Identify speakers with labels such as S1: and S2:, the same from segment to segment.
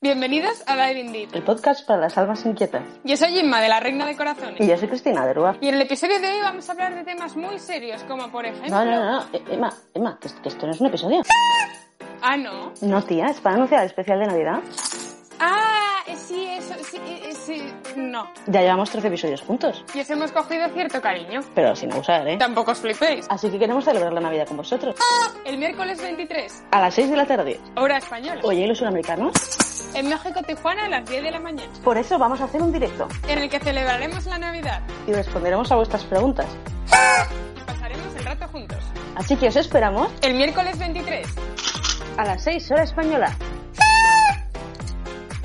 S1: Bienvenidos a Diving Deep.
S2: El podcast para las almas inquietas.
S1: Yo soy Inma de la Reina de Corazones.
S2: Y yo soy Cristina de Rúa.
S1: Y en el episodio de hoy vamos a hablar de temas muy serios, como por ejemplo...
S2: No, no, no, eh, Emma, Emma, que, que esto no es un episodio.
S1: Ah, no.
S2: No, tía, es para anunciar el especial de Navidad.
S1: Ah, eh, sí, eso, sí, eh, eh, sí, no.
S2: Ya llevamos 13 episodios juntos,
S1: Y os hemos cogido cierto cariño.
S2: pero sin abusar, ¿eh?
S1: Tampoco os flipéis.
S2: Así que queremos celebrar la Navidad con vosotros.
S1: El miércoles 23,
S2: A las 6 de la tarde.
S1: hora española.
S2: Oye, ¿y los sudamericanos?
S1: En México, Tijuana, a las 10 de la mañana.
S2: Por eso vamos a hacer un directo
S1: En el que celebraremos la Navidad
S2: y responderemos a vuestras preguntas.
S1: y pasaremos el rato juntos.
S2: Así que os esperamos
S1: El miércoles 23.
S2: a las 6 hora española.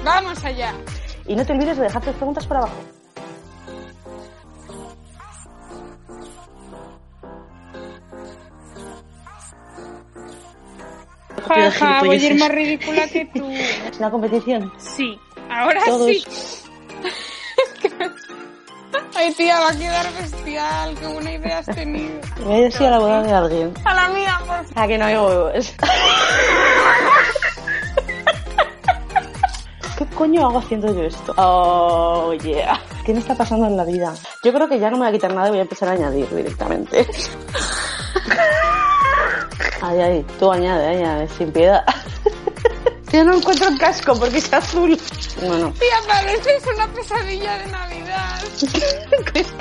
S1: ¡Vamos allá!
S2: Y no te olvides de dejar tus preguntas por abajo. Pero
S1: Jaja, voy a ir
S2: gilipolleces.
S1: más ridícula que tú.
S2: Es una competición.
S1: Sí, ahora
S2: Todos.
S1: Ah, sí. Ay, tía, va a quedar bestial. Qué buena idea has tenido.
S2: Voy a decir a la boda de alguien.
S1: A la mía, por favor.
S2: Ah, que no hay huevos. ¿Qué coño hago haciendo yo esto? Oh, yeah. ¿Qué me está pasando en la vida? Yo creo que ya no me voy a quitar nada y voy a empezar a añadir directamente. Ay, ay, tú añade, añade, sin piedad. Yo no encuentro el casco porque es azul. Bueno,
S1: Tía, pareces una pesadilla de Navidad.
S2: ¿qué